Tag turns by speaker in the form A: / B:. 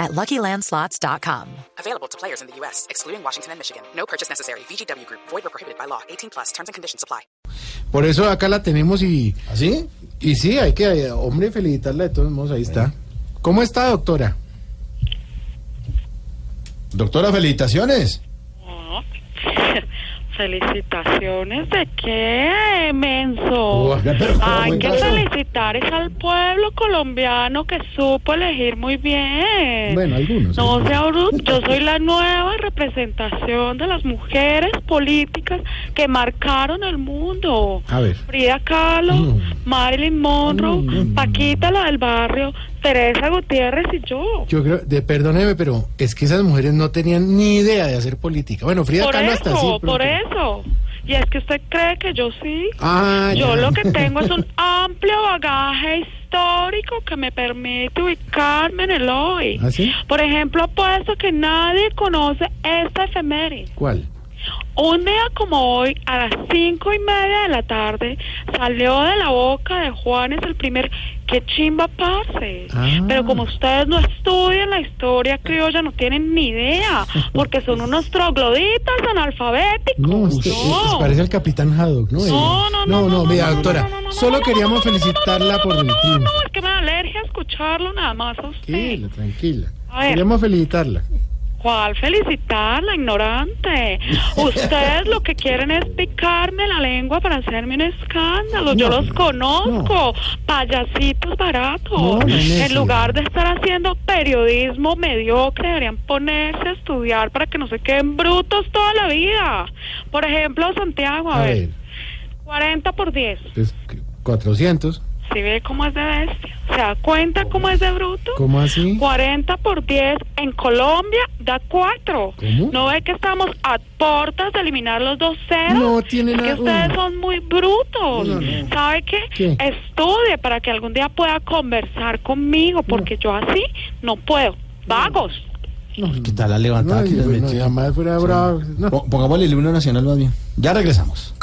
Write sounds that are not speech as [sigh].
A: at luckylandslots.com.
B: Available to players in the U.S., excluding Washington and Michigan. No purchase necessary. VGW Group, void or prohibited by law. 18 plus terms and conditions apply.
C: Por eso acá la tenemos y,
D: ¿Así?
C: y sí, hay que, eh, hombre, felicitarla de todos modos, ahí está. ¿Cómo está, doctora?
D: Doctora, felicitaciones.
E: Ah, [laughs] Felicitaciones de qué, menso.
D: Uy, pero ¿cómo
C: [laughs]
E: Hay que
D: pasó?
E: felicitar es al pueblo colombiano que supo elegir muy bien.
D: Bueno, algunos,
E: No
D: algunos.
E: sea bruto, yo soy la nueva representación de las mujeres políticas que marcaron el mundo.
D: A ver.
E: Frida Kahlo,
C: Mm.
E: Marilyn Monroe, Paquita la del barrio, Teresa Gutiérrez y yo.
C: Yo creo, de, perdóneme, pero es que esas mujeres no tenían ni idea de hacer política. Bueno, Frida
E: Por
C: Kahlo hasta sí.
E: eso, por
C: pronto.
E: eso. Y es que usted cree que yo sí.
C: Ah,
E: Yo
C: ya.
E: lo que
C: [laughs]
E: tengo es un amplio bagaje histórico que me permite ubicarme en el hoy.
C: ¿Ah, sí?
E: Por ejemplo, apuesto que nadie conoce esta efeméride.
C: ¿Cuál?
E: Un día como hoy, a las cinco y media de la tarde, salió de la boca de Juanes el primer que chimba parce.
C: Ah.
E: Pero como ustedes no estudian la historia criolla, no tienen ni idea, porque son unos trogloditas analfabéticos.
C: No, usted- es- eh, parece el capitán Haddock, ¿no? Eh,
E: No, no,
C: No,
E: no, no, no,
C: mira,
E: no, no,
C: doctora,
E: no, no, no,
C: solo
E: no,
C: queríamos
E: no, no, no,
C: felicitarla por el
E: No,
C: triunfo.
E: no, es que me da alergia escucharlo nada más a usted.
C: Tranquila, tranquila.
E: A ver.
C: Queríamos felicitarla.
E: ¿Cuál
C: [laughs]
E: felicitarla, ignorante? Ustedes lo que quieren es picarme la lengua para hacerme un escándalo. Yo
C: No,
E: los conozco, payasitos baratos.
C: No, no, no,
E: en
C: sí.
E: lugar de estar haciendo periodismo mediocre, deberían ponerse a estudiar para que no se queden brutos toda la vida. Por ejemplo, Santiago, a,
C: A
E: ver,
C: ver,
E: 40 por 10.
C: pues 400.
E: ¿Sí ve cómo es de bestia? ¿Se da cuenta cómo es de bruto?
C: ¿Cómo así?
E: 40 por 10 en Colombia da 4.
C: ¿Cómo?
E: ¿No ve que estamos a puertas de eliminar los dos ceros?
C: No tiene
E: Es que
C: nada-
E: ustedes
C: uy.
E: son muy brutos.
C: No, no.
E: ¿Sabe qué?
C: ¿Qué?
E: Estudie para que algún día pueda conversar conmigo, porque yo así no puedo. Vagos.
C: No,
D: ¿Qué tal la levantada
C: no,
D: que le
C: bueno,
D: metió?
C: jamás fuera bravo. No.
D: Po- Pongámosle el himno nacional más bien. Ya regresamos.